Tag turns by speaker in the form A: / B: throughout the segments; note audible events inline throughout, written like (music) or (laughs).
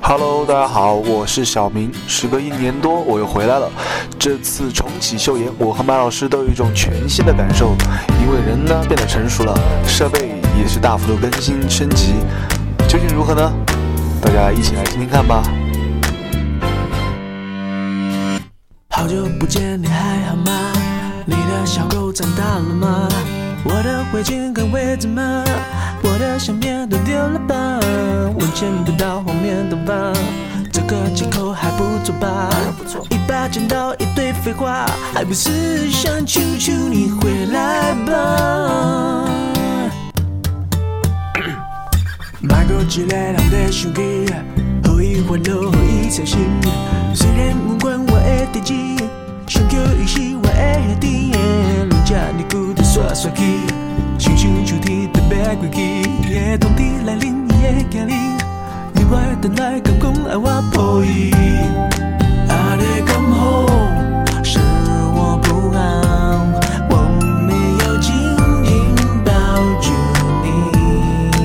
A: Hello，大家好，我是小明。时隔一年多，我又回来了。这次重启秀妍，我和马老师都有一种全新的感受，因为人呢变得成熟了，设备也是大幅度更新升级。究竟如何呢？大家一起来听听看吧。
B: 好久不见，你还好吗？你的小狗长大了吗？我的围巾还围着吗？我的相片都丢了吧？我见不到后面的吧？这个借口还不错吧？一把剪刀，一堆废话，还不是想求求你回来吧？买过一个人的手机，互伊烦恼，互伊操心。虽然不管我的地址，想叫伊是我的兄弟，这么久就煞煞去，想想像天特别过去，的通知来临，伊的行李，你我等来敢讲爱我抱伊，阿你刚好。是我不好，我没有紧紧抱住你。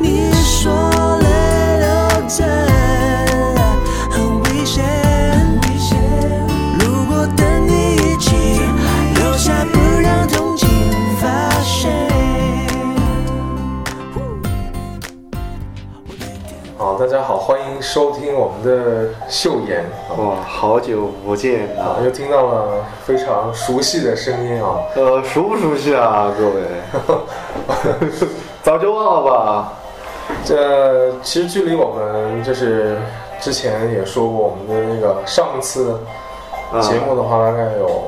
B: 你说泪流着很危险，如果等你一起留下，不让同情发现。
C: 好，啊大家好，欢迎收听我们的秀妍啊，
D: 哇，好久不见啊！
C: 又听到了非常熟悉的声音啊，
D: 呃，熟不熟悉啊，各位？ (laughs) 早就忘了吧？
C: 这其实距离我们就是之前也说过我们的那个上次
D: 啊
C: 节目的话，大概有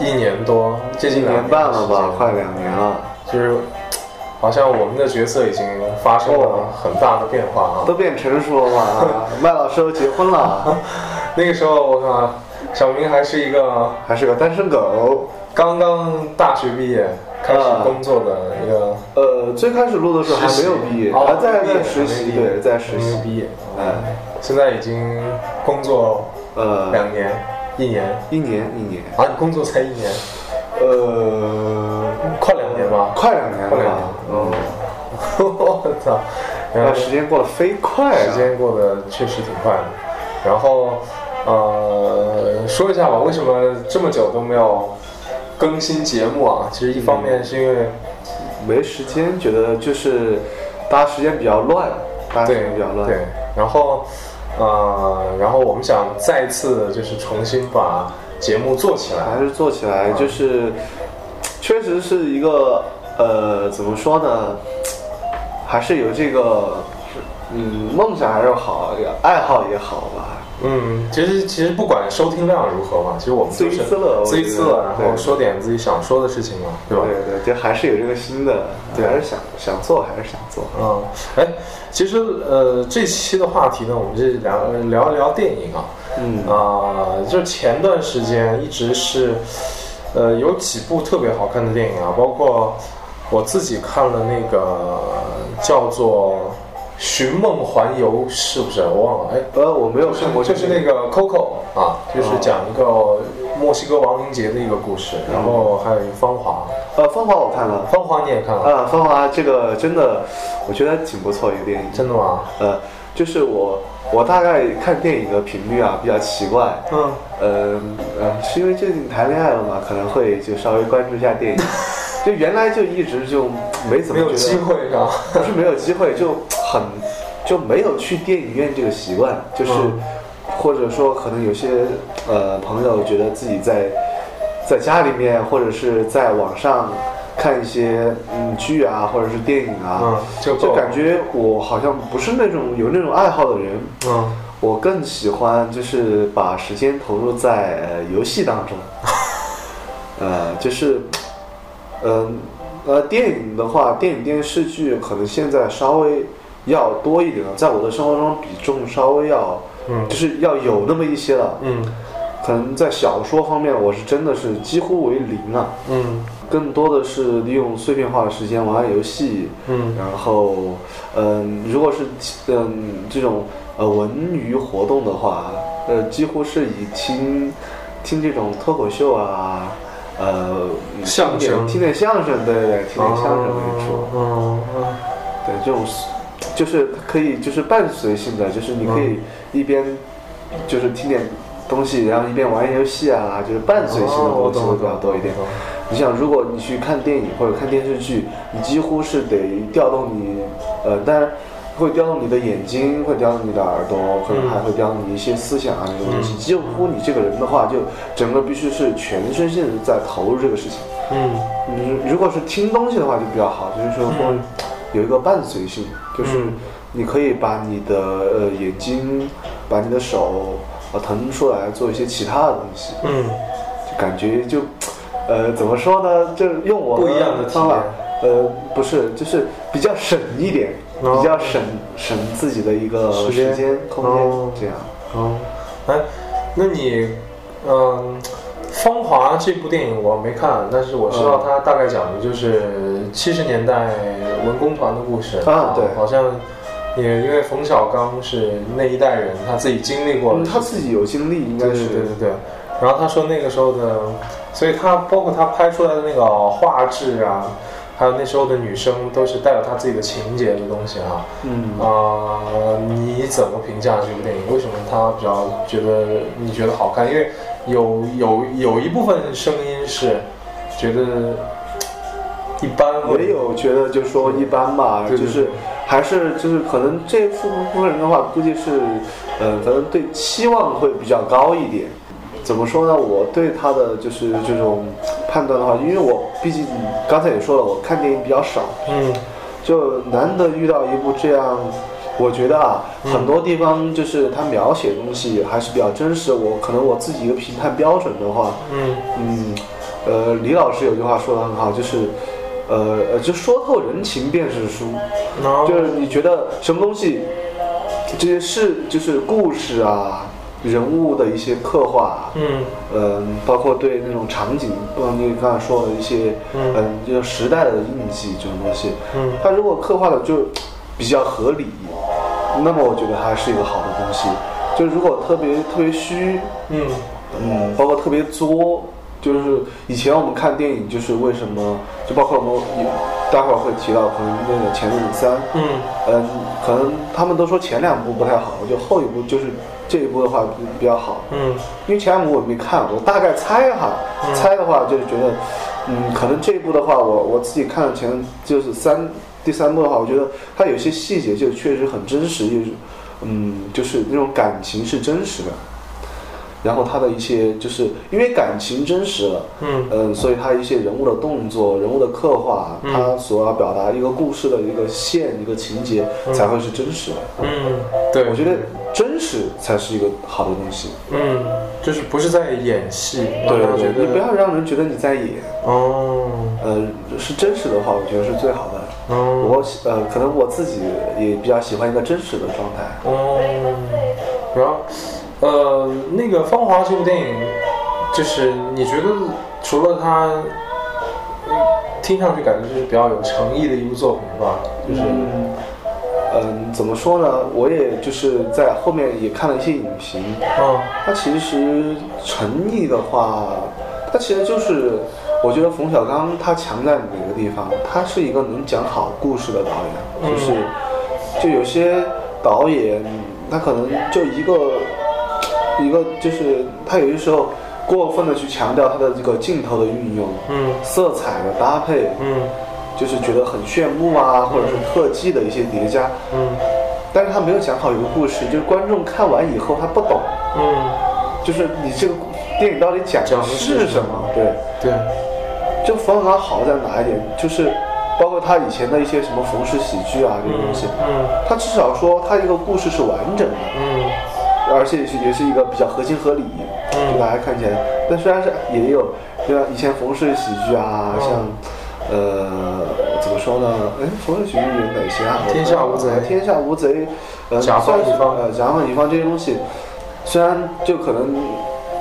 C: 一年多，接
D: 一
C: 近两
D: 年半
A: 啊
D: 了吧，快
C: 的时
D: 两年了，
C: 间，就是好像我们的角色已经发生了很大的变化啊。
D: 都变成熟了嘛？ (laughs) 麦老师都结婚了，
C: 那个时候我看小明还是一个
D: 还是个单身狗。
C: 刚刚大学毕业开始
D: 啊
C: 工作的一个。
D: 呃，最开始录的时候还没有毕业，
C: 哦
D: 还在
C: 没毕业
D: 在实习，
C: 还没毕业
D: 对，在实
C: 还没
D: 习。
C: 毕业，嗯
D: 哎，
C: 现在已经工作
D: 呃，
C: 两年、一年
D: 一年一年，
C: 啊，你工作才一年，
D: 呃，
C: 快两年吧？ (laughs)
D: 快两年了
C: 快两
D: 吧
C: 年？
D: 嗯，
C: 我操！然
D: 那
C: 后
D: 时间过得飞快啊！
C: 时间过得确实挺快的。然后，呃，说一下吧，为什么这么久都没有更新节目啊？其实一方面是因为
D: 没时间，觉得就是大家时间比较乱，大家时
C: 对
D: 间比较乱。
C: 对，然后，呃，然后我们想再次就是重新把节目做起来。
D: 还是做起来，就是确实是一个呃，怎么说呢？还是有这个嗯，梦想还是好，这个爱好也好吧。
C: 嗯，其实其实不管收听量如何嘛，其实我们就
D: 自
C: 是
D: 娱自乐我
C: 自娱自乐，
D: 觉得
C: 然
D: 对
C: 后说点自己想说的事情嘛，对吧？
D: 对对，就还是有这个心的，
C: 对
D: 还是想想做，还是想做。
C: 嗯，哎，其实呃，这期的话题呢，我们就聊聊一聊电影啊，
D: 嗯
C: 啊、就是前段时间一直是，呃，有几部特别好看的电影啊，包括我自己看了那个叫做《寻梦环游》，是不是？我忘了，哎，
D: 呃，我没有
C: 就是
D: 看过这
C: 就
D: 个，
C: 是那个 Coco 啊，就是讲一个墨西哥亡灵节的一个故事，然后还有一个芳华，
D: 呃，芳华我看了，
C: 芳华你也看了？
D: 啊，芳华这个真的，我觉得挺不错一个电影。
C: 真的吗？
D: 呃，就是我我大概看电影的频率啊比较奇怪，
C: 嗯，
D: 嗯呃，是因为最近谈恋爱了嘛，可能会就稍微关注一下电
C: (laughs)
D: 影。就原来就一直就没怎
C: 没
D: 么
C: 有
D: 觉
C: 机
D: 得，
C: 会 (laughs) 是吧？
D: 不是没有机会，就很就没有去电影院这个习惯，就是、
C: 嗯
D: 或者说可能有些呃朋友觉得自己在在家里面或者是在网上看一些嗯剧啊或者是电影啊，
C: 嗯，就
D: 就
C: 够
D: 感觉我好像不是那种有那种爱好的人，
C: 嗯，
D: 我更喜欢就是把时间投入在呃游戏当中，呃，就是，嗯、呃，电影的话，电影电视剧可能现在稍微要多一点了，在我的生活中比重稍微要，
C: 嗯
D: 就是要有那么一些了。
C: 嗯
D: 可能在小说方面，我是真的是几乎为零啊，
C: 嗯
D: 更多的是利用碎片化的时间玩玩游戏，
C: 嗯
D: 然后，嗯，如果是嗯这种呃文娱活动的话，呃，几乎是以听听这种脱口秀啊，呃，嗯
C: 相
D: 听点
C: 声哦
D: 听点相声，对对对，听点相声为主。
C: 嗯嗯
D: 对，这种就是可以就是伴随性的，就是你可以一边就是听点东西，然后一边玩游戏啊，就是伴随性的
C: 哦
D: 东西会比较多一点。你想，如果你去看电影或者看电视剧，你几乎是得调动你，呃，当然会调动你的眼睛，会调动你的耳朵，可能还会调动你一些思想啊那种东
C: 嗯
D: 西。几乎你这个人的话，就整个必须是全身心的在投入这个事情。
C: 嗯
D: 你如果是听东西的话就比较好，就是说会
C: 嗯
D: 有一个伴随性，就是
C: 嗯
D: 你可以把你的呃眼睛，把你的手啊腾出来做一些其他的东西，
C: 嗯
D: 就感觉就，呃，怎么说呢？就是用我
C: 不一样的体验
D: 方法，呃，不是，就是比较省一点，
C: 哦
D: 比较省省自己的一个
C: 时
D: 时
C: 间
D: 间、空间、
C: 哦
D: 这样。
C: 哦，哎，那你嗯，《芳华》这部电影我没看，但是我知
D: 嗯
C: 道它大概讲的就是七十年代文工团的故事
D: 啊对
C: 好像。也因为冯小刚是那一代人，他自己经历过
D: 嗯
C: 的
D: 他
C: 事情，
D: 自己有经历，应该
C: 对
D: 是
C: 对对对对。然后他说那个时候的，所以他包括他拍出来的那个画质啊，还有那时候的女生都是带有他自己的情节的东西啊。
D: 嗯，
C: 啊、你怎么评价这部电影？为什么他比较觉得你觉得好看？因为有有有一部分声音是觉得一般或者，
D: 也有觉得就说一般吧，
C: 嗯对对
D: 就是
C: 对
D: 还是就是可能这部分人的话，估计是，呃，可能对期望会比较高一点。怎么说呢？我对他的就是这种判断的话，因为我毕竟刚才也说了，我看电影比较少，
C: 嗯
D: 就难得遇到一部这样，我觉得啊，很多地方就是他描写的东西还是比较真实。我可能我自己一个评判标准的话，
C: 嗯
D: 嗯，呃，李老师有句话说的很好，就是，呃，呃就说透人情便是书，
C: 然后
D: 就是你觉得什么东西，这些事就是故事啊，人物的一些刻画啊、
C: 嗯
D: 嗯，包括对那种场景，包括你刚才说的一些，
C: 嗯
D: 嗯，就是时代的印记这种东西，
C: 嗯
D: 它如果刻画的就比较合理，那么我觉得它是一个好的东西。就如果特别特别虚，
C: 嗯
D: 嗯，包括特别作，就是以前我们看电影，就是为什么，就包括我们待会儿会提到，可能那个《前任三》，
C: 嗯
D: 嗯，可能他们都说前两部不太好，就后一部就是这一部的话比比较好。
C: 嗯
D: 因为前两部我也没看，我大概猜哈，猜的话就是觉得，嗯，可能这一部的话，我我自己看了前就是三第三部的话，我觉得它有些细节就确实很真实，就是嗯，就是那种感情是真实的。然后他的一些就是因为感情真实了，
C: 嗯
D: 嗯，所以他一些人物的动作、人物的刻画，
C: 嗯
D: 他所要表达一个故事的一个线、一个情节才会是真实的。
C: 嗯，对，
D: 我觉得真实才是一个好的东西。
C: 嗯，就是不是在演戏，
D: 对
C: 让他
D: 对
C: 觉得
D: 对，你不要让人觉得你在演，
C: 哦
D: 呃，是真实的话，我觉得是最好的。
C: 哦
D: 我喜呃，可能我自己也比较喜欢一个真实的状态。
C: 哦，然后呃，那个《芳华》这部电影，就是你觉得除了它嗯听上去感觉就是比较有诚意的一部作品吧，就是
D: 嗯，嗯，怎么说呢？我也就是在后面也看了一些影评，
C: 嗯
D: 它其实诚意的话，它其实就是我觉得冯小刚他强在哪个地方？他是一个能讲好故事的导演，就是就有些导演他可能就一个一个就是他有些时候过分的去强调他的这个镜头的运用、
C: 嗯
D: 色彩的搭配，
C: 嗯
D: 就是觉得很炫目啊，或者是特技的一些叠加，
C: 嗯
D: 但是他没有讲好一个故事，就是观众看完以后他不懂。
C: 嗯，
D: 就是你这个电影到底讲
C: 讲
D: 的
C: 的
D: 是
C: 是什
D: 什
C: 么
D: 么？对，
C: 对，
D: 这个冯小刚好在哪一点？就是包括他以前的一些什么冯氏喜剧啊这些东西，
C: 嗯
D: 他至少说他一个故事是完整的，
C: 嗯
D: 而且也是也是一个比较合情合理，
C: 嗯
D: 就大家看起来。但虽然是也有，对吧？以前冯氏喜剧啊，
C: 嗯
D: 像。呃，怎么说呢？哎，冯氏喜剧有哪些啊？
C: 天下无贼
D: 天下无贼，呃，
C: 甲方
D: 算是
C: 乙方
D: 呃，甲方乙方这些东西，虽然就可能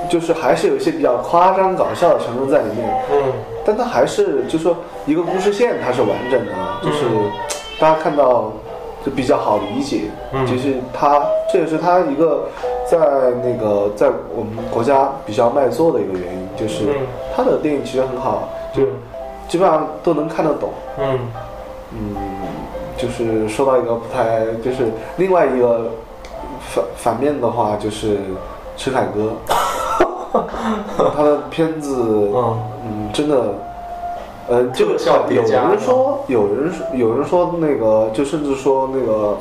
D: 就是还是有一些比较夸张搞笑的成分在里面，
C: 嗯
D: 但它还是就说一个故事线它是完整的，就是
C: 嗯
D: 大家看到就比较好理解，
C: 嗯
D: 就是它这也是它一个在那个在我们国家比较卖座的一个原因，就是
C: 嗯
D: 它的电影其实很好，就
C: 嗯
D: 基本上都能看得懂，
C: 嗯
D: 嗯，就是说到一个不太，就是另外一个反反面的话，就是陈凯
C: (laughs)
D: 歌，他的片子，
C: 嗯，
D: 嗯，真的，呃，这个
C: 特效叠
D: 有
C: 加
D: 人说，有人说有人说那个，就甚至说那个《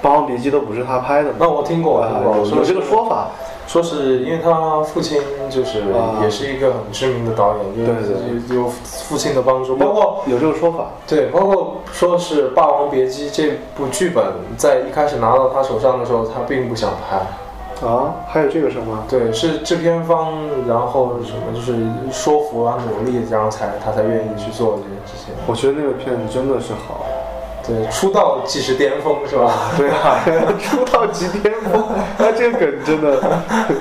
D: 霸王别姬》都不是他拍的嘛，
C: 那我听过，我听
D: 啊
C: 过，
D: 有有
C: 说
D: 这个
C: 是
D: 说法，
C: 说是因为他父亲就是
D: 啊
C: 也是一个很知名的导演，
D: 对对
C: 有有有父亲的帮助，包括
D: 有这个说法，
C: 对，包括说是《霸王别姬》这部剧本，在一开始拿到他手上的时候，他并不想拍，
D: 啊，还有这个什么，
C: 对，是制片方，然后什么就是说服啊、努力，然后才他才愿意去做这这些。
D: 我觉得那个片子真的是好。
C: 对，出道即是巅峰，是吧？ (laughs)
D: 对啊， (laughs) 出道即巅峰，那这个梗真的。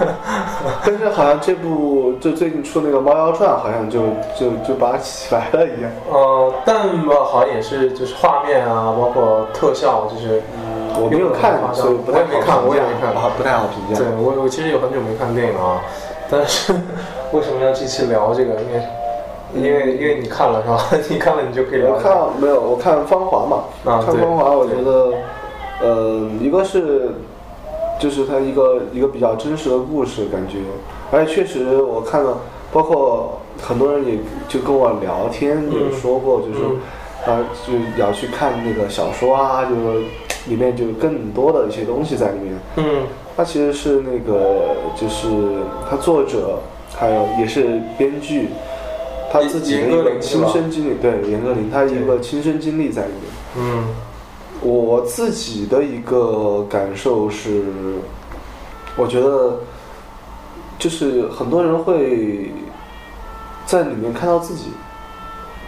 D: (laughs) 但是好像这部就最近出那个《猫妖传》，好像就就就把它洗白了一样。
C: 呃，但吧，好像也是就是画面啊，包括特效，就是
D: 我没有看，所以不太
C: 我也没看
D: 好评价
C: 我也没看
D: 啊，不太好评价
C: 对。我我其实有很久没看电影了啊，但是 (laughs) 为什么要这期聊这个？因为因为因为你看了是吧？ (laughs) 你看了你就可以聊
D: 我。看没有，我看《芳华》嘛，
C: 啊
D: 看
C: 对
D: 《芳华》，我
C: 对
D: 觉得，呃，一个是就是它一个一个比较真实的故事感觉，而且确实我看了，包括很多人也就跟我聊天也说过，就是
C: 嗯
D: 啊、就要去看那个小说啊，就是里面就更多的一些东西在里面。
C: 嗯
D: 它其实是那个，就是它作者还有也是编剧，他自己的
C: 严
D: 一
C: 严歌
D: 个
C: 苓是
D: 亲
C: 吧
D: 身经历，对严歌苓，他一个亲身经历在里面。
C: 嗯
D: 我自己的一个感受是，我觉得就是很多人会在里面看到自己，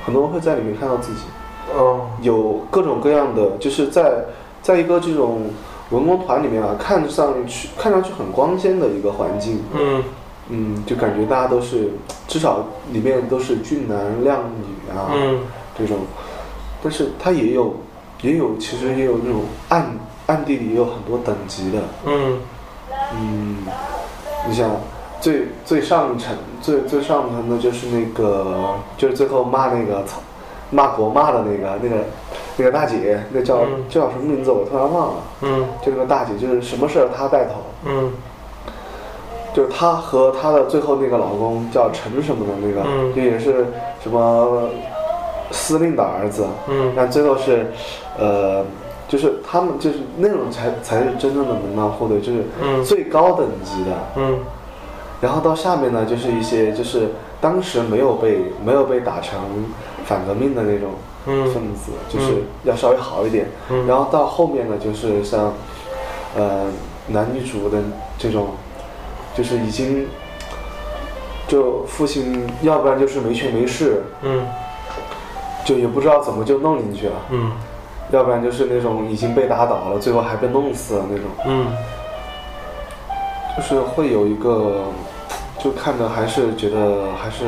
D: 很多人会在里面看到自己。
C: 哦
D: 有各种各样的，就是在在一个这种文工团里面啊，看上去看上去很光鲜的一个环境，
C: 嗯
D: 嗯，就感觉大家都是至少里面都是俊男靓女啊、
C: 嗯
D: 这种，但是它也有也有其实也有那种暗暗地里也有很多等级的，
C: 嗯
D: 嗯，你想最最上层最最上层的就是那个就是最后骂那个操骂国骂的那个那个那个大姐，那叫、
C: 嗯
D: 叫什么名字我突然忘了，
C: 嗯
D: 就那个大姐就是什么事儿她带头，
C: 嗯
D: 就是她和她的最后那个老公叫陈什么的那个，
C: 嗯
D: 就也是什么司令的儿子，
C: 嗯
D: 但最后是，呃，就是他们就是那种才才是真正的门当户对，就是
C: 嗯
D: 最高等级的。
C: 嗯
D: 然后到下面呢，就是一些就是当时没有被没有被打成反革命的那种
C: 嗯
D: 分子，就是要稍微好一点。然后到后面呢，就是像呃男女主的这种，就是已经就父亲，要不然就是没权没势，
C: 嗯
D: 就也不知道怎么就弄进去了。
C: 嗯
D: 要不然就是那种已经被打倒了，最后还被弄死了那种，
C: 嗯
D: 就是会有一个，就看着还是觉得还是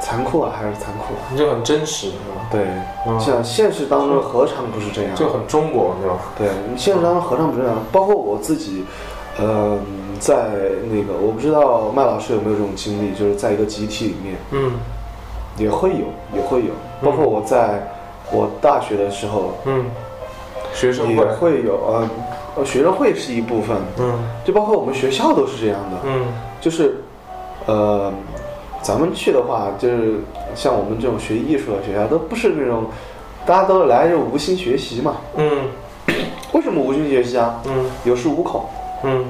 D: 残酷啊，还是残酷、啊。
C: 嗯，就很真实，是吧？嗯
D: 对，像现实当中何尝不是这样？
C: 就很中国，对吧？
D: 对，现实当中何尝不是这样？包括我自己，嗯、在那个我不知道麦老师有没有这种经历，就是在一个集体里面
C: 嗯
D: 也会有，也会有。包括我在我大学的时候
C: 嗯，学生
D: 也
C: 会，
D: 会有，呃，呃学生会是一部分，
C: 嗯
D: 就包括我们学校都是这样的，
C: 嗯
D: 就是，呃，咱们去的话，就是像我们这种学艺术的学校，都不是那种大家都来就无心学习嘛。
C: 嗯
D: 为什么无心学习啊？
C: 嗯
D: 有恃无恐。
C: 嗯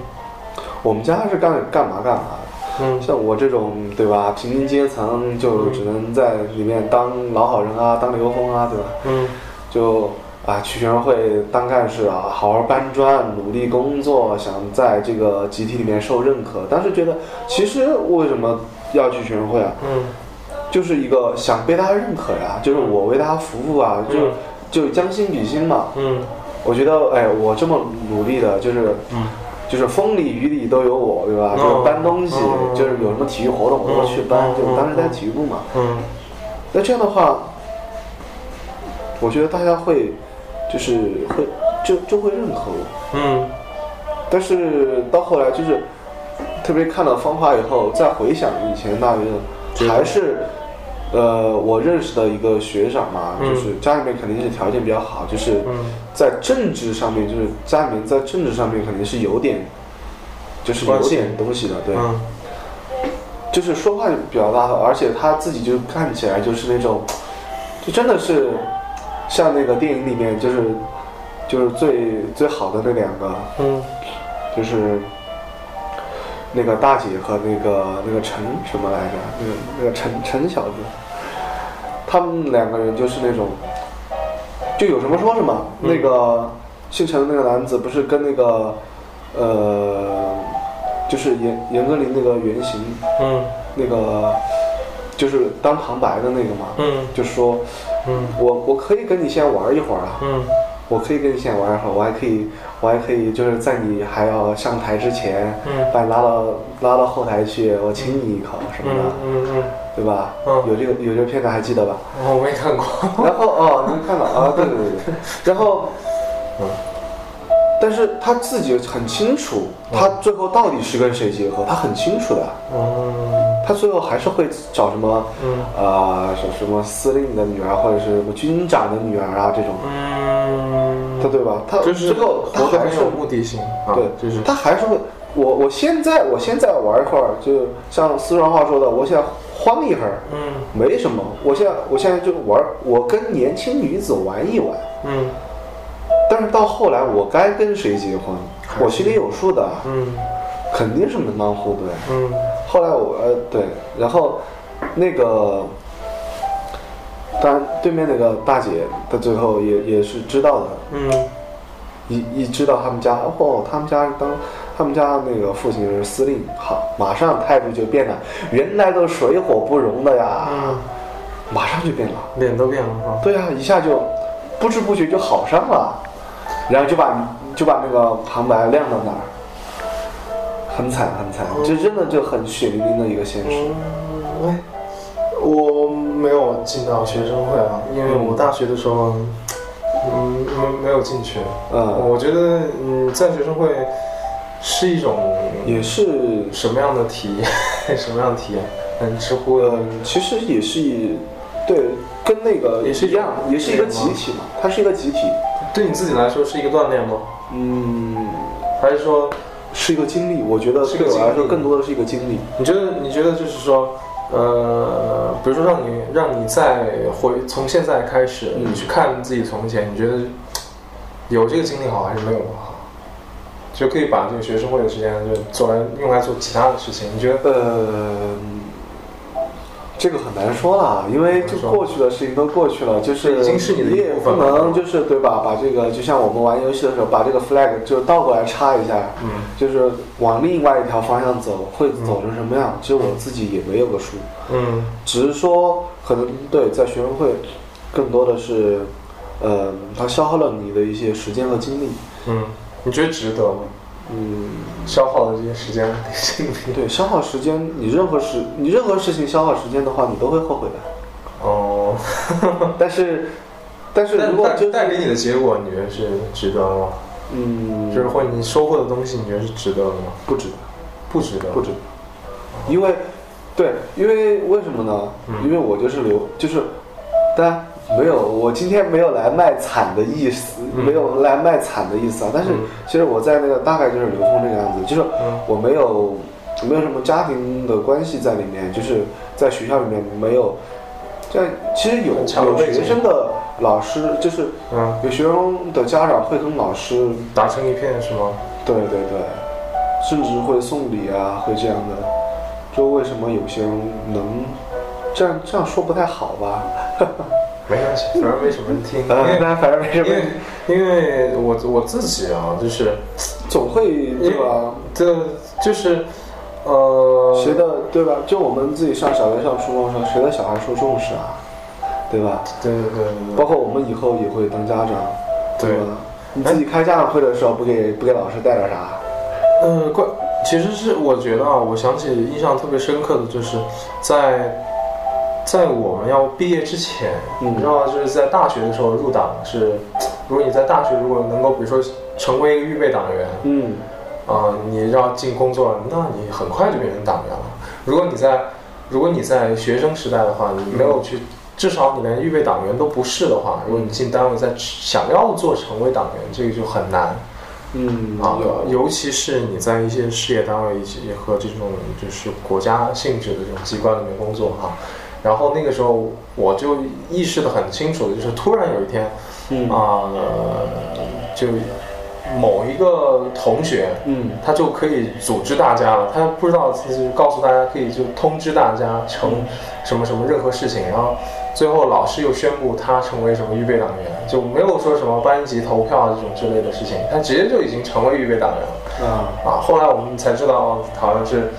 D: 我们家是干干嘛干嘛的，
C: 嗯
D: 像我这种对吧，平民阶层就只能在里面当老好人啊，当流氓啊，对吧？
C: 嗯
D: 就啊，去学生会当干事啊，好好搬砖，努力工作，想在这个集体里面受认可。当时觉得，其实为什么要去学生会啊？
C: 嗯
D: 就是一个想被大家认可呀、就是我为大家服务啊，就、
C: 嗯
D: 就将心比心嘛。
C: 嗯
D: 我觉得，哎，我这么努力的，就是
C: 嗯
D: 就是风里雨里都有我，对吧？
C: 嗯
D: 就是搬东西，
C: 嗯
D: 就是有什么体育活动我都去搬，
C: 嗯
D: 就
C: 嗯
D: 当时在
C: 嗯
D: 体育部嘛。
C: 嗯
D: 那这样的话，我觉得大家会就是会就就会认可我。
C: 嗯
D: 但是到后来就是，特别看了《芳华》以后，再回想以前大学，还是呃，我认识的一个学长嘛，
C: 嗯
D: 就是家里面肯定是条件比较好，就是
C: 嗯
D: 在政治上面，就是家里面在政治上面肯定是有点，就是有
C: 关系
D: 点东西的，对，
C: 嗯
D: 就是说话就比较大方，而且他自己就看起来就是那种，就真的是像那个电影里面就是就是最最好的那两个，
C: 嗯
D: 就是那个大姐和那个那个陈什么来着，那个那个陈陈小子，他们两个人就是那种，就有什么说什么。
C: 嗯
D: 那个姓陈的那个男子不是跟那个呃，就是严严歌苓那个原型
C: 嗯
D: 那个，就是当旁白的那个嘛，
C: 嗯
D: 就说
C: 嗯
D: 我我可以跟你先玩一会儿啊，
C: 嗯
D: 我可以跟你先玩一会儿，我还可以，我还可以，就是在你还要上台之前，
C: 嗯
D: 把你拉到拉到后台去，我亲你一口什么的，
C: 嗯嗯，
D: 对吧？
C: 嗯
D: 有这个有这个片段还记得吧？
C: 我没看过。
D: 然后哦，你们看到啊，对对对对，然后，
C: 嗯
D: 但是他自己很清楚，他最后到底是跟谁结合，他很清楚的，
C: 嗯
D: 他最后还是会找什么，
C: 嗯
D: 呃，什什么司令的女儿，或者是什么军长的女儿啊这种，
C: 嗯，
D: 他对吧？他
C: 就是
D: 最后他
C: 活得
D: 还
C: 很
D: 是
C: 有目的性啊，
D: 对，
C: 就是
D: 他还是会，我我现在我现在玩一会儿，就像四川话说的，我想慌一会儿，
C: 嗯
D: 没什么，我现在我现在就玩，我跟年轻女子玩一玩，
C: 嗯
D: 但是到后来我该跟谁结婚，我心里有数的，啊
C: 嗯
D: 肯定是门当户对。
C: 嗯
D: 后来我呃对，然后那个，当然对面那个大姐，她最后也也是知道的，
C: 嗯
D: 一一知道他们家，哦，他们家当他们家那个父亲是司令，好，马上态度就变了，原来都水火不容的呀，
C: 嗯，
D: 马上就变了，
C: 脸都变了哈。
D: 对啊，一下就不知不觉就好上了，然后就把就把那个旁白晾到那儿，很惨很惨，这真的就很血淋淋的一个现实，
C: 嗯，哎，我没有进到学生会啊，因为我大学的时候，嗯，没没有进去。
D: 嗯，
C: 我觉得，嗯，在学生会是一种
D: 也是
C: 什么样的体验？ (laughs) 什么样的体验？很知乎的，
D: 嗯，其实也是一，对，跟那个
C: 也是
D: 一样，也是一个
C: 一样嗯吗
D: 集体嘛，它是一个集体，
C: 对你自己来说是一个锻炼吗？
D: 嗯，
C: 还是说，
D: 是一个经历。我觉得
C: 是个
D: 对我来
C: 经
D: 说
C: 历
D: 更多的是一个经历。
C: 你觉得你觉得就是说，呃，比如说让你让你再回从现在开始，
D: 嗯
C: 你去看自己从前，你觉得有这个经历好还是没有好？就可以把这个学生会的时间就做来用来做其他的事情。你觉得？
D: 呃，这个很难说啦，因为就
C: 很难说
D: 过去的事情都过去了，就是
C: 已经是你的一
D: 也
C: 部分
D: 不
C: 了
D: 能就是对吧？把这个就像我们玩游戏的时候，把这个 flag 就倒过来插一下，
C: 嗯
D: 就是往另外一条方向走，会走成什么样？其实我自己也没有个数。
C: 嗯
D: 只是说可能对在学生会，更多的是，呃，它消耗了你的一些时间和精力。
C: 嗯，你觉得值得吗？
D: 嗯，
C: 消耗的这些时间， (laughs) 这个精力
D: 对，消耗时间，你任何事你任何事情消耗时间的话，你都会后悔的。 (laughs)
C: 哦，
D: 但是，但是
C: 但
D: 如果
C: 但
D: 就
C: 带给你的结果，你觉得是值得吗？
D: 嗯，
C: 就是或者你收获的东西，你觉得是值得的吗？
D: 不值得，
C: 不值得，
D: 不值得，因为对，因为为什么呢？
C: 嗯
D: 因为我就是留，就是，当然没有，我今天没有来卖惨的意思，
C: 嗯
D: 没有来卖惨的意思啊。但是
C: 嗯
D: 其实我在那个大概就是刘峰这个样子，就是
C: 嗯
D: 我没有没有什么家庭的关系在里面，就是在学校里面没有。这其实有
C: 很强的
D: 有
C: 背景
D: 学生的老师，就是
C: 嗯，
D: 有学生的家长会跟老师，
C: 打成一片是吗？
D: 对对对，甚至会送礼啊，会这样的。就为什么有些人能这样这样说不太好吧？
C: 没关系，反正没什么人听，因
D: (laughs) 呃，
C: 为
D: 但反正没什
C: 因为
D: 么，
C: 因为我我自己啊，就是
D: 总会对吧？
C: 这就是呃，
D: 谁的对吧？就我们自己上小学、上初中的时候，谁的小孩受重视啊？对吧？
C: 对对
D: 包
C: 对对
D: 括我们以后也会当家长，
C: 对
D: 吧？你自己开家长会的时候，不给不给老师带点啥？
C: 对，呃，关其实是我觉得啊，我想起印象特别深刻的就是在。在我们要毕业之前，
D: 嗯
C: 你知道，就是在大学的时候入党是，如果你在大学如果能够，比如说成为一个预备党员，
D: 嗯，
C: 啊、你要进工作，那你很快就变成党员了。如果你在如果你在学生时代的话，你没有去，至少你连预备党员都不是的话，如果你进单位再想要做成为党员，这个就很难
D: 嗯，
C: 啊。
D: 有
C: 尤其是你在一些事业单位以及和这种就是国家性质的这种机关里面工作哈、然后那个时候我就意识的很清楚，就是突然有一天，
D: 嗯
C: 啊、就某一个同学，
D: 嗯
C: 他就可以组织大家了。他不知道，就是告诉大家可以就通知大家成什么什么任何事情，然后最后老师又宣布他成为什么预备党员，就没有说什么班级投票啊这种之类的事情，他直接就已经成为预备党员了。
D: 啊，
C: 啊，后来我们才知道好像是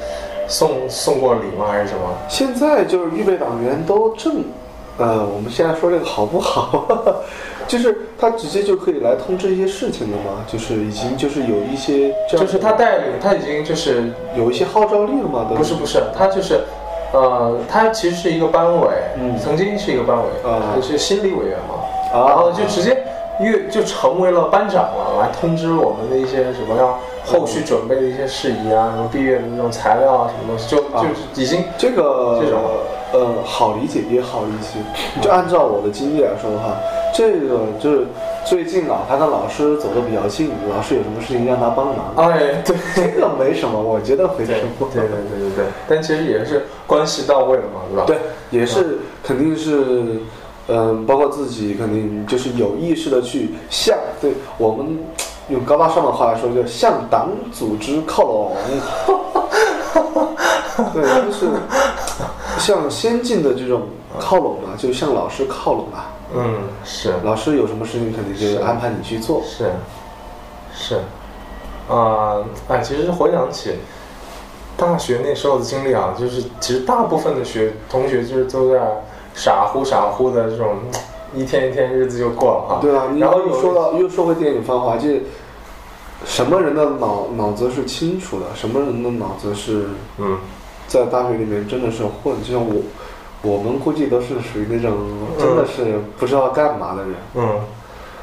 C: 送送过礼吗还是什么？
D: 现在就是预备党员都正，呃，我们现在说这个好不好？ (laughs) 就是他直接就可以来通知一些事情了吗？就是已经就是有一些这样
C: 就
D: 的，
C: 是他带领，他已经就是
D: 有一些号召力了吗？都
C: 不是不是，他就是，呃，他其实是一个班委，
D: 嗯
C: 曾经是一个班委，
D: 啊
C: 他是心理委员嘛，
D: 啊
C: 然后就直接越就成为了班长了，来通知我们的一些什么样后续准备的一些事宜啊，什么毕业的那种材料啊，什么东西，就
D: 啊
C: 就已经
D: 这个
C: 这种
D: 呃，好理解也好理解。就按照我的经历来说的话，这个就是最近啊，他跟老师走得比较近，老师有什么事情让他帮忙，
C: 哎，对
D: 这个没什么，我觉得没
C: 对对
D: 什么。
C: 对对对对，但其实也是关系到位了嘛，对吧？
D: 对，也是肯定是，嗯，包括自己肯定就是有意识的去向，对我们用高大上的话来说，叫向党组织靠拢。对，
C: (laughs)
D: 就是向先进的这种靠拢嘛，就向老师靠拢嘛。
C: 嗯，是
D: 老师有什么事情肯定就是安排你去做。
C: 是是，啊、哎，其实回想起大学那时候的经历啊，就是其实大部分的学同学就是都在傻乎傻乎的这种，一天一天日子就过了哈。
D: 对啊，你
C: 然后
D: 又
C: 有
D: 说到又说回电影《繁华》，这什么人的脑脑子是清楚的，什么人的脑子是
C: 嗯，
D: 在大学里面真的是混，就像我，我们估计都是属于那种真的是不知道干嘛的人。
C: 嗯，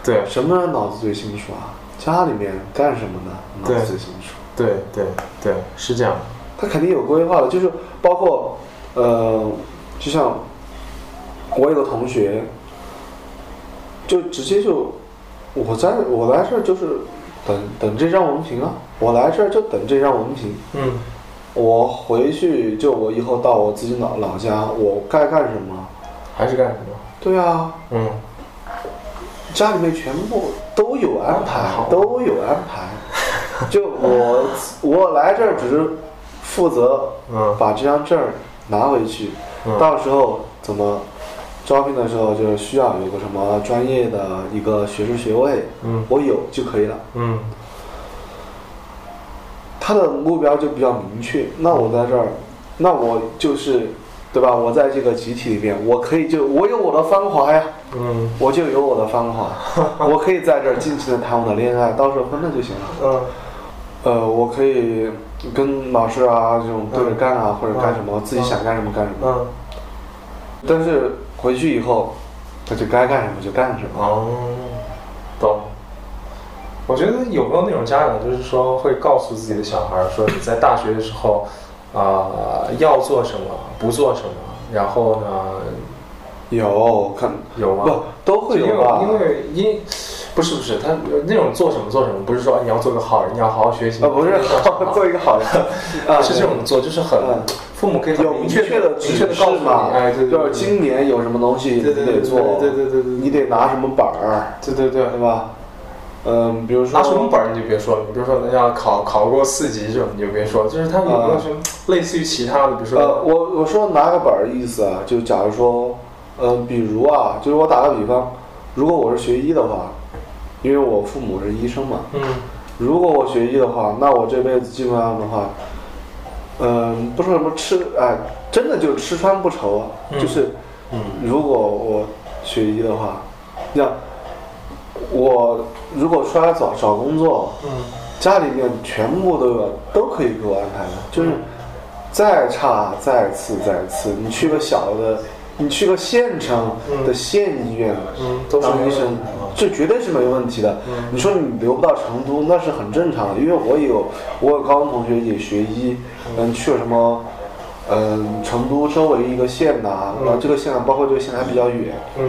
C: 对
D: 什么人脑子最清楚啊？家里面干什么呢？脑
C: 对
D: 子最清楚。
C: 对对对，是这样。
D: 他肯定有规划的，就是包括呃，就像我有个同学，就直接就我在我来这儿就是等等这张文凭啊，我来这儿就等这张文凭。
C: 嗯
D: 我回去就我以后到我自己老老家，我该干什么？
C: 还是干什么？
D: 对啊，
C: 嗯，
D: 家里面全部都有安排
C: 好，
D: 都有安排。就我
C: (laughs)
D: 我来这儿只是负责
C: 嗯
D: 把这张证儿拿回去，
C: 嗯
D: 到时候怎么招聘的时候就是需要有个什么专业的一个学士学位，
C: 嗯
D: 我有就可以了。
C: 嗯
D: 他的目标就比较明确。那我在这儿，那我就是对吧？我在这个集体里面，我可以就我有我的芳华呀。
C: 嗯
D: 我就有我的芳华，
C: (laughs)
D: 我可以在这儿尽情的谈我的恋爱，到时候分了就行了。
C: 嗯
D: 呃，我可以跟老师啊这种对着干啊，或者干什么，自己想干什么干什么。
C: 嗯，
D: 但是回去以后，他就该干什么就干什么。
C: 哦，懂。我觉得有没有那种家长，就是说会告诉自己的小孩儿说，你在大学的时候，啊、要做什么，不做什么，然后呢，
D: 有可能
C: 有吗？
D: 不都会
C: 就因
D: 有
C: 为
D: 吧？
C: 因为因不是不是，他那种做什么做什么，不是说哎你要做个好人，你要好好学习，
D: 啊，不是
C: 你要 (laughs) 做什么
D: 做一个好人 (laughs) 啊，
C: 不 (laughs) 是这种做，就是很、
D: 嗯
C: 父母可以很
D: 有
C: 明
D: 明
C: 确
D: 确的
C: 明确
D: 指
C: 的
D: 示
C: 告诉你，
D: 嘛？
C: 哎，对对
D: 就
C: 对
D: 是今年有什么东西你
C: 对对对
D: 得做，
C: 对对对对对对
D: 你得拿什么本儿，
C: 对对对。
D: 对吧？嗯，比如说
C: 拿什么本儿你就别说了，你比如说要考考过四级这种你就别说，就是他有没有什么类似于其他的，比如
D: 啊呃，
C: 说，
D: 我我说拿个本儿的意思啊，就假如说，嗯、比如啊，就是我打个比方，如果我是学医的话，因为我父母是医生嘛，
C: 嗯
D: 如果我学医的话，那我这辈子基本上的话，嗯、不说什么吃，哎、真的就吃穿不愁啊，
C: 嗯
D: 就是
C: 嗯
D: 如果我学医的话，那我如果出来找找工作，
C: 嗯
D: 家里面全部都有，都可以给我安排的，就是
C: 嗯
D: 再差再次再次，你去个小的，你去个县城的
C: 嗯
D: 县医院
C: 嗯都是
D: 当医
C: 没问
D: 生
C: 题的，
D: 这绝对是没问题的
C: 嗯。
D: 你说你留不到成都，那是很正常的，因为我有我有高中同学也学医，嗯，去了什么。嗯，成都周围一个县呐、然后这个县啊，包括这个县还比较远，
C: 嗯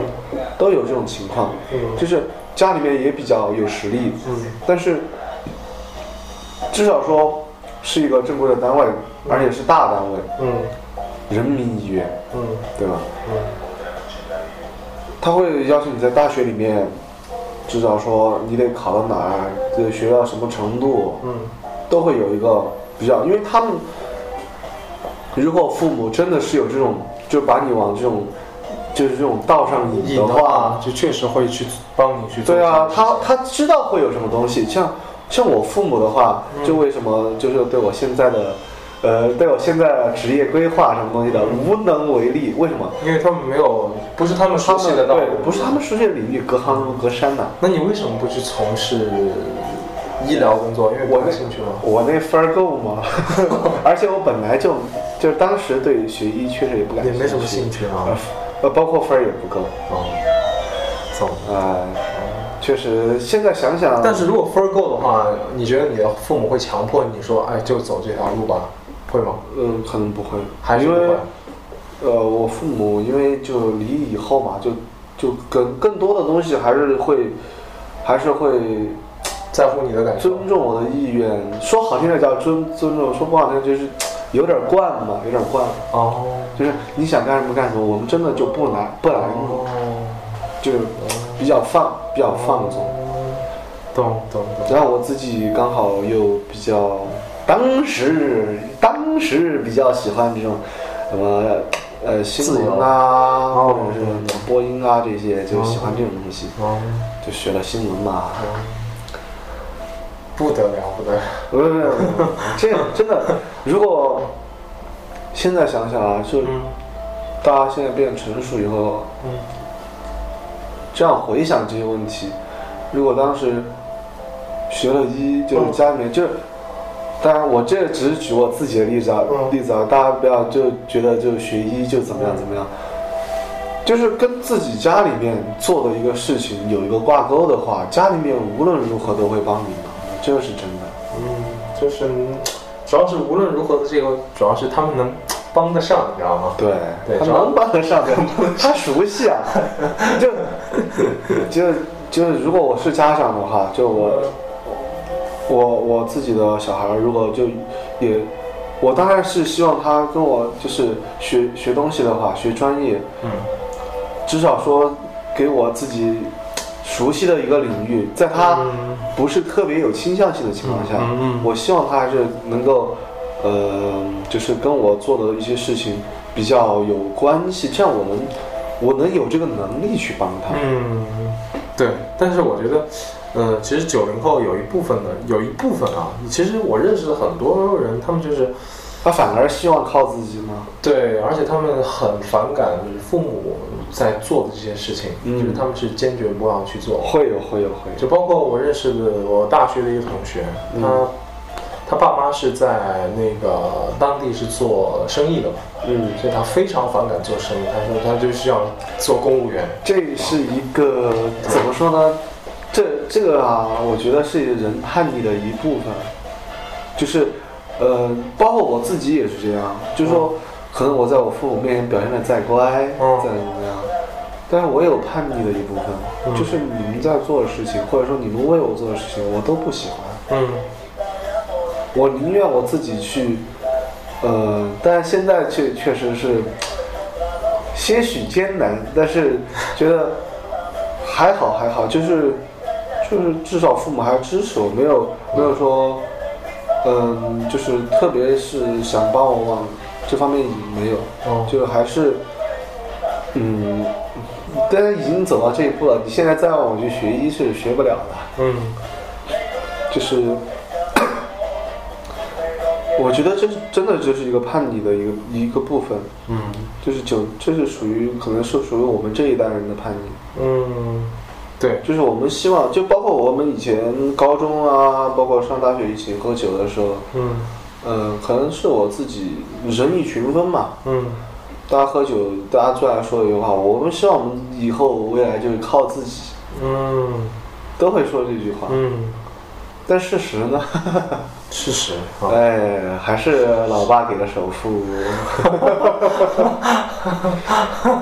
D: 都有这种情况。
C: 嗯
D: 就是家里面也比较有实力，
C: 嗯
D: 但是至少说是一个正规的单位，而且是大单位，
C: 嗯
D: 人民医院，
C: 嗯
D: 对吧？
C: 嗯
D: 他会要求你在大学里面，至少说你得考到哪儿，这个学到什么程度，
C: 嗯
D: 都会有一个比较，因为他们如果父母真的是有这种，就把你往这种就是这种道上引
C: 引
D: 的
C: 的
D: 话
C: 话，，就确实会去帮你去做。
D: 对啊，他他知道会有什么东西，像像我父母的话，
C: 嗯
D: 就为什么就是对我现在的，呃，对我现在的职业规划什么东西的无能为力，为什么？
C: 因为他们没有，不是他们
D: 他
C: 熟悉
D: 们
C: 的道
D: 对
C: 路，
D: 不是他们熟悉的领域，隔行如隔山呐、
C: 那你为什么不去从事医疗工作？因为
D: 我
C: 感
D: 那
C: 兴趣吗？
D: 我那分儿够吗？ (laughs) 而且我本来就就是当时对学医确实也不感
C: 也
D: 兴趣，
C: 没什么兴趣啊
D: 呃。呃，包括分儿也不够，
C: 哦，走。
D: 呃，确实现在想想，
C: 但是如果分儿够的话，你觉得你的父母会强迫你说，哎，就走这条路吧？会吗？
D: 嗯，可能不会，
C: 还是
D: 因
C: 不
D: 为
C: 会？
D: 呃，我父母因为就离异以后嘛，就就更更多的东西还是会，还是会
C: 在乎你的感受？
D: 尊重我的意愿。说好听点叫尊尊重，说不好听就是有点惯嘛，有点惯。
C: 哦。
D: 就是你想干什么干什么，我们真的就不难不拦你，就是比较放比较放纵。
C: 哦懂懂懂。
D: 然后我自己刚好又比较，当时当时比较喜欢这种什么呃新闻啊，
C: 由
D: 或者是播音啊这些，就喜欢这种东西，
C: 哦，
D: 就学了新闻嘛。
C: 不得了，不得了。
D: 不是不是，不是这真的，如果现在想想啊，就
C: 嗯
D: 大家现在变成熟以后，
C: 嗯
D: 这样回想这些问题，如果当时学了医，就是家里
C: 嗯
D: 面、就是，当然我这只是举我自己的例子啊，
C: 嗯
D: 例子啊，大家不要就觉得就学医就怎么样怎么样，就是跟自己家里面做的一个事情有一个挂钩的话，家里面无论如何都会帮你忙，这个是真的。
C: 嗯，就是主要是无论如何的这个，主要是他们能帮得上，你知道吗？
D: 对，
C: 对
D: 他
C: 主要
D: 能帮得上的，
C: (laughs)
D: 他熟悉啊，就就就是，如果我是家长的话，就我
C: 嗯
D: 我我自己的小孩儿，如果就也，我当然是希望他跟我就是学学东西的话，学专业，
C: 嗯
D: 至少说给我自己熟悉的一个领域，在他
C: 嗯
D: 不是特别有倾向性的情况下，
C: 嗯嗯嗯
D: 我希望他还是能够，呃，就是跟我做的一些事情比较有关系，这样我能我能有这个能力去帮他。
C: 嗯，对。但是我觉得，呃，其实九零后有一部分的，有一部分啊，其实我认识的很多人，他们就是
D: 他反而希望靠自己吗？
C: 对，而且他们很反感就是父母在做的这些事情，
D: 嗯
C: 就是他们是坚决不要去做。
D: 会有会有会有，
C: 就包括我认识的我大学的一个同学，
D: 嗯
C: 他、他爸妈是在那个当地是做生意的嘛，
D: 嗯。
C: 所以他非常反感做生意。他说他就是要做公务员。
D: 这是一个怎么说呢？这这个啊，我觉得是人叛逆的一部分，就是呃，包括我自己也是这样，就是说，可能我在我父母面前表现的再乖，
C: 嗯
D: 再怎么样，但是我有叛逆的一部分，就是你们在做的事情，或者说你们为我做的事情，我都不喜欢，
C: 嗯
D: 我宁愿我自己去，呃，但是现在确确实是些许艰难，但是觉得还好还好，就是就是至少父母还支持我，没有没有说，嗯、就是特别是想帮我往这方面引没有，
C: 哦
D: 就还是嗯，但是已经走到这一步了，你现在再让我去学医是学不了的。
C: 嗯
D: 就是， (coughs) 我觉得这是真的就是一个叛逆的一个一个部分，
C: 嗯
D: 就是九，这是属于可能是属于我们这一代人的叛逆，
C: 嗯，对，
D: 就是我们希望，就包括我们以前高中啊，包括上大学以前喝酒的时候，
C: 嗯
D: 嗯、可能是我自己人以群分嘛，
C: 嗯
D: 大家喝酒，大家最爱说的一句话，我们希望我们以后未来就是靠自己，
C: 嗯
D: 都会说这句话，
C: 嗯，
D: 但事实呢？
C: 事实啊，
D: 哎，还是老爸给的首
C: (laughs)
D: 付。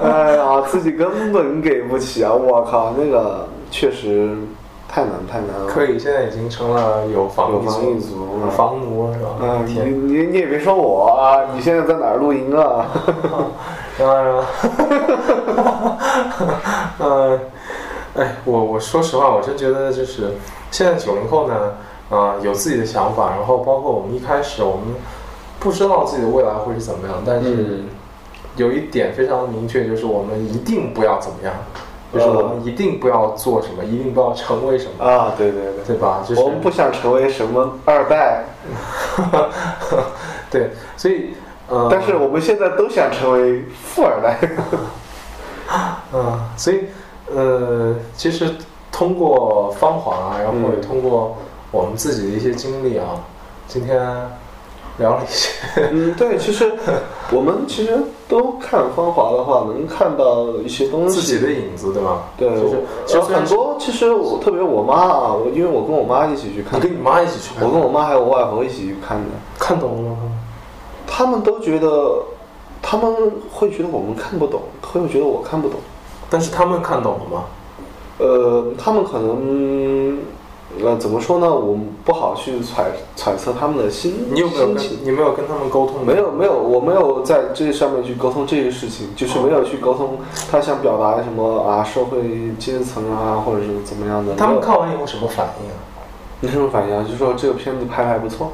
D: 哎呀，自己根本给不起啊！我靠，那个确实太难太难了。
C: 可以，现在已经成了有房
D: 有房
C: 一
D: 一族
C: 有房奴是吧？
D: 嗯，你
C: 天，
D: 你你也别说我啊，你现在在哪儿录音
C: (laughs)
D: 啊？
C: 然后然 (laughs) 后，嗯，哎，我我说实话，我真觉得就是现在九零后呢，啊、有自己的想法，然后包括我们一开始我们不知道自己的未来会是怎么样，但是
D: 嗯
C: 有一点非常明确，就是我们一定不要怎么样，就是我
D: 嗯
C: 们一定不要做什么，一定不要成为什么，
D: 啊，对对对，
C: 对吧？就是
D: 我们不想成为什么二代，
C: (laughs) 对，所以，呃，
D: 但是我们现在都想成为富二
C: (laughs)
D: 代。
C: 嗯，所以呃，其实通过芳华啊，然后也
D: 嗯
C: 通过我们自己的一些经历啊，今天聊了一些，
D: 嗯，对，其实我们其实都看《芳华》的话，能看到一些东
C: 自
D: 西。
C: 己的影子，对吧？
D: 对，
C: 就是其实
D: 呃
C: 虽然
D: 很多。其实我特别我妈啊，我因为我跟我妈一起去看
C: 你，跟你妈一起去看，
D: 我跟我妈还有我外婆一起去看的，
C: 看懂了吗？
D: 他们都觉得，他们会觉得我们看不懂，会觉得我看不懂。
C: 但是他们看懂了吗？
D: 呃，他们可能，呃，怎么说呢？我们不好去揣揣测他们的心
C: 你有没有
D: 心
C: 跟
D: 情。
C: 你没有跟他们沟通？
D: 没有没有，我没有在这上面去沟通这个事情，就是没有去沟通他想表达什么啊，社会阶层啊，或者是怎么样的。
C: 他
D: 没
C: 们
D: 有
C: 看完以后什么反应啊？
D: 没什么反应啊，就说这个片子拍的还不错，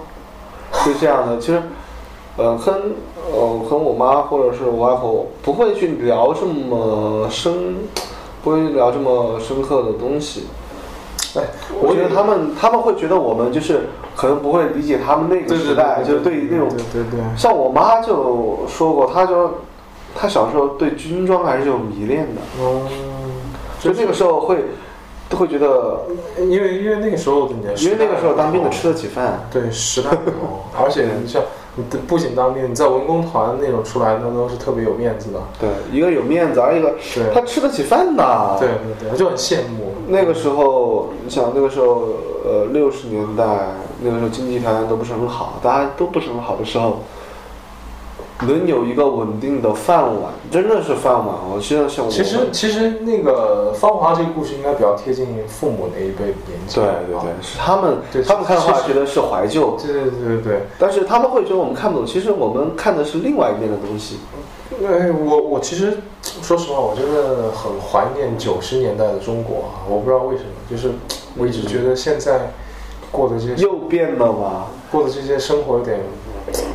D: 就这样的。其实，呃，跟呃跟我妈或者是我外婆不会去聊这么深，不会聊这么深刻的东西。
C: 哎，
D: 我觉
C: 有
D: 得他们他们会觉得我们就是可能不会理解他们那个
C: 对
D: 时代，就是对
C: 对
D: 于那种
C: 对对对，
D: 像我妈就说过，她就她小时候对军装还是有迷恋的，
C: 嗯，
D: 就那个时候会都会觉得，
C: 因为因为那个时候的年，
D: 因为那个时候当兵的吃得起饭，
C: 对，时代不同，而且你像你不仅当兵，你在文工团那种出来，那都是特别有面子的。
D: 对，一个有面子，而一个
C: 对
D: 他吃得起饭呐。
C: 对，对对，我就很羡慕。
D: 那个时候你想那个时候呃六十年代那个时候经济条件都不是很好，大家都不是很好的时候。能有一个稳定的饭碗，真的是饭碗。我现在想我，
C: 其实其实那个《芳华》这个故事应该比较贴近父母那一辈的年纪。
D: 对对对，是他们
C: 哦对
D: 他们看的话
C: 其
D: 觉
C: 实
D: 得是怀旧，
C: 对对对对对。
D: 但是他们会觉得我们看不懂，其实我们看的是另外一面的东西。
C: 哎，我我其实说实话，我真的很怀念九十年代的中国啊！我不知道为什么，就是我一直觉得现在过的这些
D: 又变了嘛？
C: 过的这些生活有点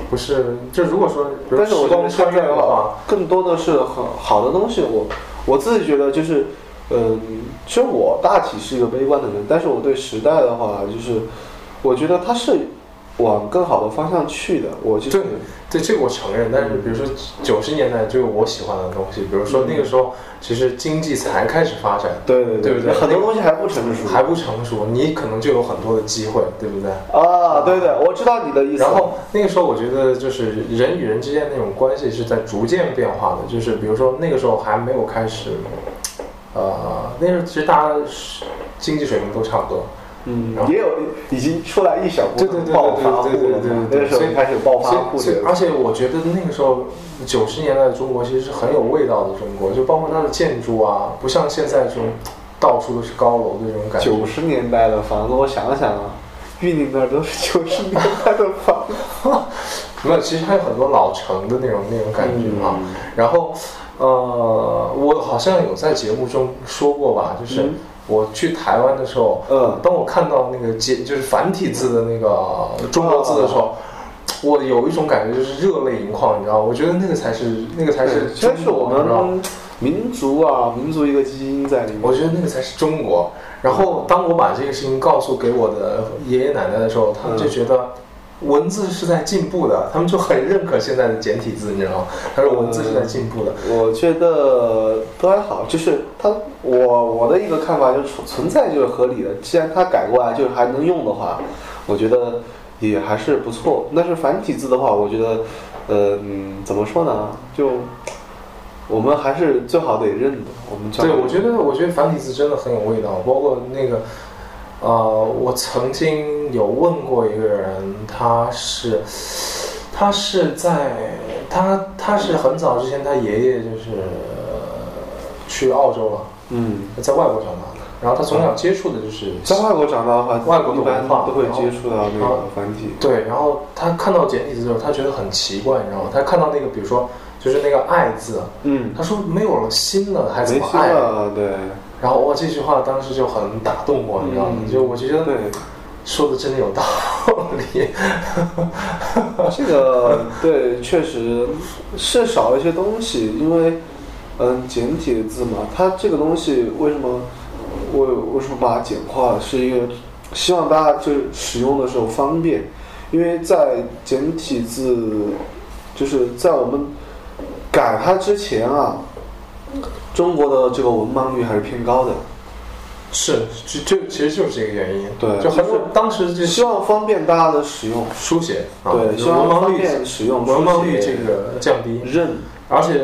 C: 不是，就如果说比如
D: 但是我
C: 时
D: 觉得
C: 光
D: 现
C: 穿越
D: 在
C: 的
D: 的
C: 话
D: 话，，更多的是很好的东西。我我自己觉得就是，嗯，其实我大体是一个悲观的人，但是我对时代的话，就是我觉得它是往更好的方向去的。我就是
C: 对对，这个我承认。但是比如说九十年代就有我喜欢的东西，比如说那个时候其实经济才开始发展，
D: 对对
C: 对不对
D: 很多东西还不成熟。
C: 还不成熟，你可能就有很多的机会，对不对？
D: 啊，对对，我知道你的意思。
C: 然后那个时候，我觉得就是人与人之间那种关系是在逐渐变化的，就是比如说那个时候还没有开始，呃，那时候其实大家是经济水平都差不多，
D: 嗯，也有已经出来一小部
C: 对对
D: 分
C: 对
D: 暴发户
C: 对对对
D: 了
C: 对
D: 嘛，那
C: 对对
D: 个时候
C: 所以
D: 就开始暴
C: 所
D: 发户
C: 以，所以
D: 的。
C: 而且我觉得那个时候九十年代的中国其实是很有味道的中国，就包括它的建筑啊，不像现在这种到处都是高楼的这种感觉。
D: 九十年代的房子，我想想啊，玉林那儿都是九十年代的房子。
C: 没有，其实它有很多老城的那种那种感觉啊。
D: 嗯
C: 然后，呃，我好像有在节目中说过吧，就是
D: 嗯
C: 我去台湾的时候，
D: 嗯
C: 当我看到那个简就是繁体字的那个中国字的
D: 嗯
C: 时候。我有一种感觉，就是热泪盈眶，你知道吗？我觉得那个才是那个才是
D: 真是
C: 中国
D: 我
C: 你知道吗
D: 们民族啊，民族一个基因在里面。
C: 我觉得那个才是中国。然后当我把这个事情告诉给我的爷爷奶奶的时候，他们就觉得文字是在进步的，他们就很认可现在的简体字，你知道吗？他说文字是在进步的。
D: 我觉得都还好，就是它，我我的一个看法就是存存在就是合理的，既然它改过来就是还能用的话，我觉得也还是不错。但是繁体字的话，我觉得，呃，嗯，怎么说呢？就我们还是最好得认的，我们
C: 对，我觉得我觉得繁体字真的很有味道，包括那个呃，我曾经有问过一个人，他是他是在他他是很早之前，他爷爷就是、呃去澳洲了，
D: 嗯，
C: 在外国长大的，然后他从小接触的就是
D: 在外国长大的话，
C: 外国的
D: 一般
C: 文化
D: 都会接触到那个繁体。
C: 对，然后他看到简体字之后，他觉得很奇怪，你知道吗？他看到那个，比如说就是那个“爱”字，啊
D: 嗯，
C: 他说没有了心了，还
D: 没
C: 怎
D: 戏
C: 么爱？
D: 了，对
C: 然后我这句话当时就很打动我，你知道吗？
D: 嗯
C: 就我觉得
D: 对。
C: 说的真的有道理。
D: 这个对，确实是少了一些东西，因为嗯，简体的字嘛，它这个东西为什么我为什么把它简化了，是因为希望大家就是使用的时候方便，因为在简体字就是在我们改它之前啊，中国的这个文盲率还是偏高的，
C: (laughs) 是，就就其实就是这个原因。
D: 对
C: 就很
D: 就是
C: 当时就
D: 希望方便大家的使用，
C: 书写，啊
D: 对，希
C: 就
D: 望
C: 文盲
D: 方
C: 率
D: 便使用，
C: 文盲率
D: 书
C: 这
D: 写
C: 个降低，
D: 认
C: 而且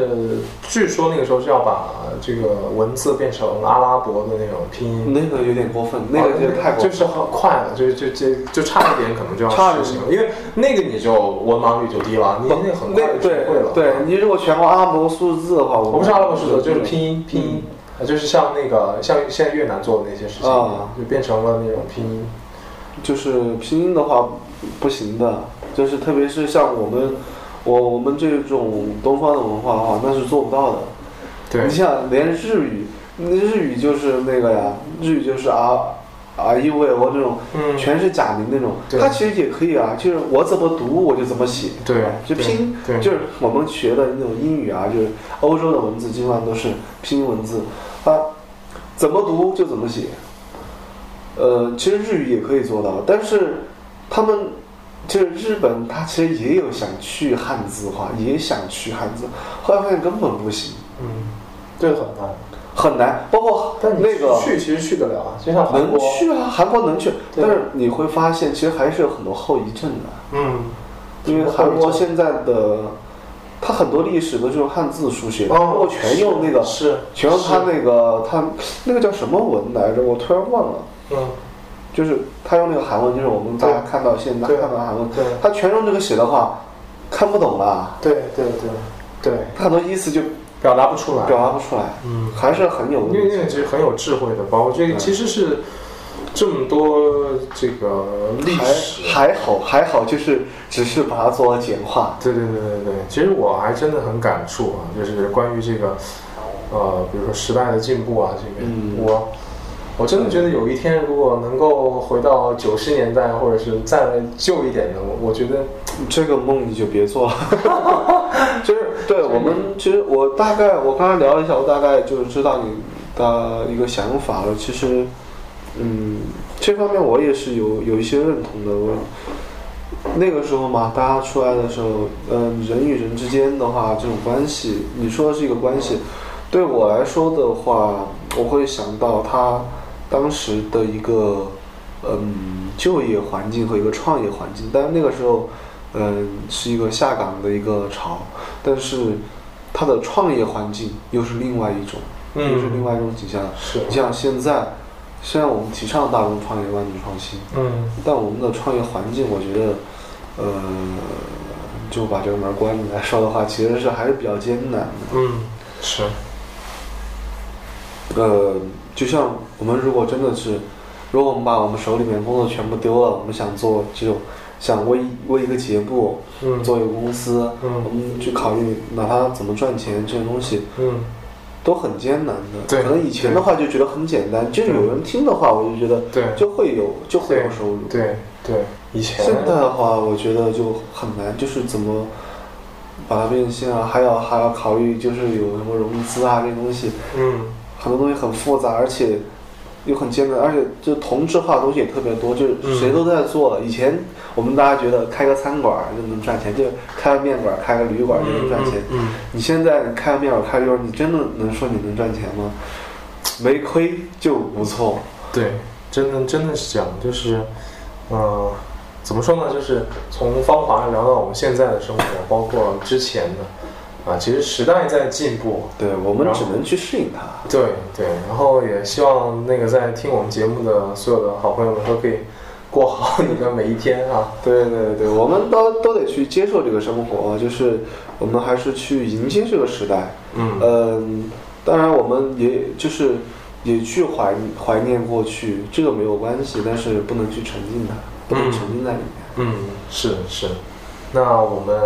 C: 据说那个时候是要把这个文字变成阿拉伯的那种拼音。啊
D: 那个有点过分，嗯啊那个就太过分了。
C: 就是很快了，就就就就差一点可能就要
D: 差一哦
C: 实行了，因为那个你就文盲率就低了，你那个很快
D: 那
C: 就学会了。啊
D: 对对，你如果全国阿拉伯数字的话，啊嗯我
C: 我不是阿拉伯数字，就是拼
D: 音。
C: 音拼音，呃就是像那个像现在越南做的那些事情一样
D: 啊，
C: 就变成了那种拼音。
D: 就是拼音的话不行的，就是特别是像我们，我我们这种东方的文化的话，那是做不到的。
C: 对
D: 你像连日语，那日语就是那个呀，日语就是啊啊意味我这种，
C: 嗯
D: 全是假名那种，
C: 对
D: 它其实也可以啊，就是我怎么读我就怎么写，
C: 对
D: 嗯就
C: 对
D: 拼
C: 对，
D: 就是我们学的那种英语啊，就是欧洲的文字基本上都是拼音文字，它怎么读就怎么写。呃，其实日语也可以做到，但是他们就是日本，它其实也有想去汉字化，也想去汉字，后来发现根本不行，
C: 嗯，这个很难。
D: 很难。包括
C: 但你
D: 那个
C: 去其实去得了啊，就像韩
D: 能
C: 国，
D: 去啊，韩国能去，
C: 对
D: 但是你会发现其实还是有很多后遗症的。
C: 嗯，
D: 因为韩国现在的，它很多历史都是用汉字书写，的，
C: 哦
D: 我全用那个，
C: 是
D: 全用它
C: 是
D: 那个它那个叫什么文来着？我突然忘了，
C: 嗯
D: 就是他用那个韩文，就是我们大家看到现在
C: 对
D: 看到的韩文
C: 对，
D: 他全用这个写的话，看不懂啊，
C: 对对对对，
D: 他很多意思就
C: 表达不出来，
D: 表达不出来，
C: 嗯
D: 还是很有问
C: 因为那个
D: 题。
C: 其实很有智慧的包，这个
D: 对
C: 其实是这么多这个历史，
D: 还还好还好，就是只是把它做了简化，
C: 对对对对对，其实我还真的很感触啊，就是关于这个呃，比如说时代的进步啊，这个、
D: 嗯
C: 我我真的觉得有一天如果能够回到九十年代，或者是再旧一点的，我我觉得
D: 这个梦你就别 (laughs) 做了。就是对我们，其实我大概我刚才聊了一下，我大概就是知道你的一个想法了。其实，嗯，这方面我也是有有一些认同的。我那个时候嘛，大家出来的时候，嗯、人与人之间的话，这种关系，你说的是一个关系，对我来说的话，我会想到他当时的一个嗯就业环境和一个创业环境，但那个时候嗯是一个下岗的一个潮，但是它的创业环境又是另外一种，
C: 嗯
D: 又是另外一种景象。
C: 是
D: 你像现在，虽然我们提倡大众创业、万众创新，
C: 嗯
D: 但我们的创业环境，我觉得，呃，就把这个门关起来说的话，其实是还是比较艰难的。
C: 嗯是
D: 呃，就像我们如果真的是，如果我们把我们手里面工作全部丢了，我们想做这种，想为为一个节目，
C: 嗯
D: 做一个公司，
C: 嗯
D: 我们去考虑拿它怎么赚钱这些东西，
C: 嗯
D: 都很艰难
C: 对
D: 的。可能以前的话就觉得很简单，就是有人听的话，我就觉得
C: 对
D: 就会有就会有
C: 对
D: 收入。
C: 对对，以前
D: 现在的话，我觉得就很难，就是怎么把它变现啊，还要还要考虑就是有什么融资啊这些东西，
C: 嗯
D: 很多东西很复杂，而且又很艰难，而且就同质化的东西也特别多，
C: 嗯
D: 就是谁都在做了。以前我们大家觉得开个餐馆儿就能赚钱，就开个面馆儿、开个旅馆儿就能赚钱。
C: 嗯嗯嗯
D: 你现在开个面馆儿、开个旅馆儿，你真的能说你能赚钱吗？没亏就不错。
C: 对，真的真的是这样，就是，嗯、怎么说呢？就是从芳华聊到我们现在的生活，包括之前的，啊，其实时代在进步，
D: 对我们
C: 然后
D: 只能去适应它。
C: 对对，然后也希望那个在听我们节目的所有的好朋友们都可以过好 (laughs) 你的每一天啊。
D: 对对对，我们都都得去接受这个生活，就是我们还是去迎接这个时代。
C: 嗯
D: 嗯，当然我们也就是也去怀怀念过去，这个没有关系，但是不能去沉浸它，不能
C: 嗯
D: 沉浸在里面。
C: 嗯，是是。那我们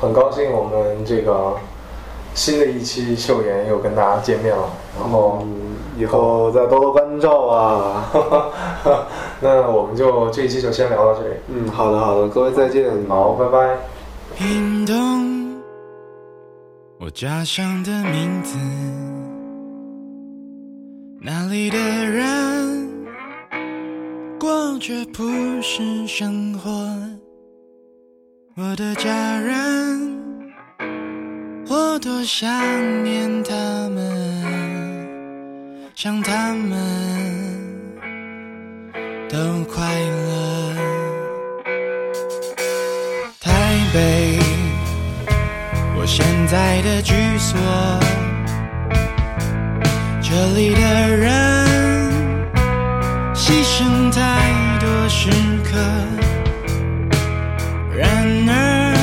C: 很高兴，我们这个新的一期秀妍又跟大家见面了。然后，
D: 嗯，以后再多多关照啊。 (laughs)
C: 那我们就这一期就先聊到这里。
D: 嗯，好的好的，各位再见。
C: 好，拜拜。
E: 屏东，我家乡的名字，那里的人过着朴实生活，我的家人，我多想念他们，想他们都快乐。台北，我现在的居所。这里的人牺牲太多时刻，然而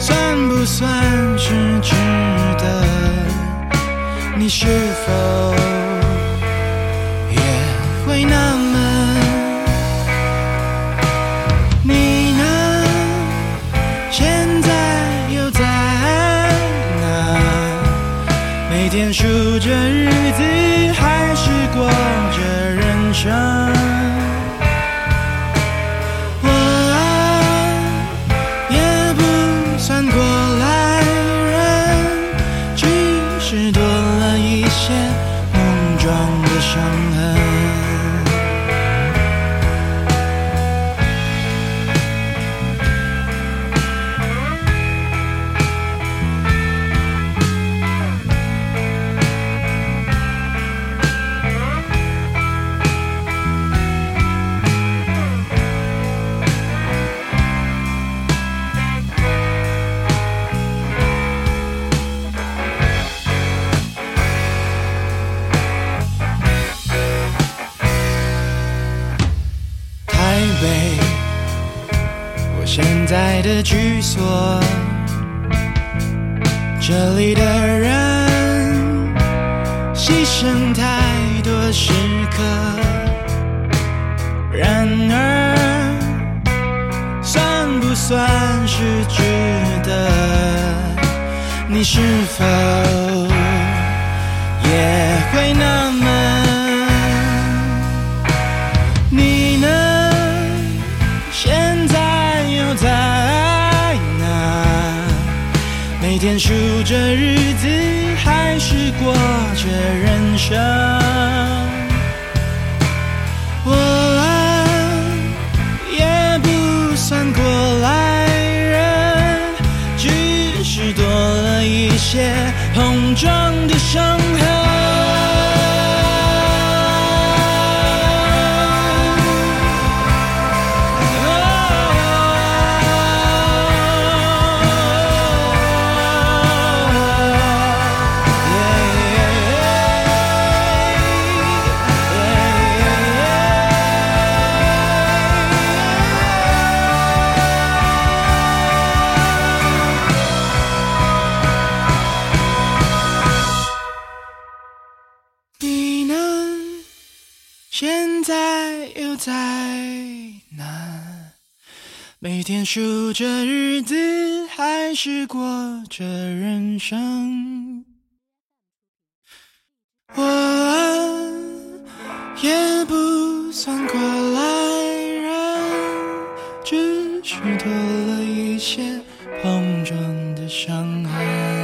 E: 算不算是值得？你是否也会那么？你呢？现在又在哪？每天数着日子，还是过着人生？我啊，也不算过来人，只是多了一些梦中的伤痕。台北，我现在的居所。这里的人牺牲太多时刻，然而算不算是值得？你是否也会那么？你呢？现在又在哪？每天数着日子，还是过着人生？我啊，也不算过来人，只是多了一些碰撞的伤痕。Oh, 你呢？现在又在哪？每天数着日子，还是过着人生？我啊，也不算过来人，只是多了一些碰撞的伤痕。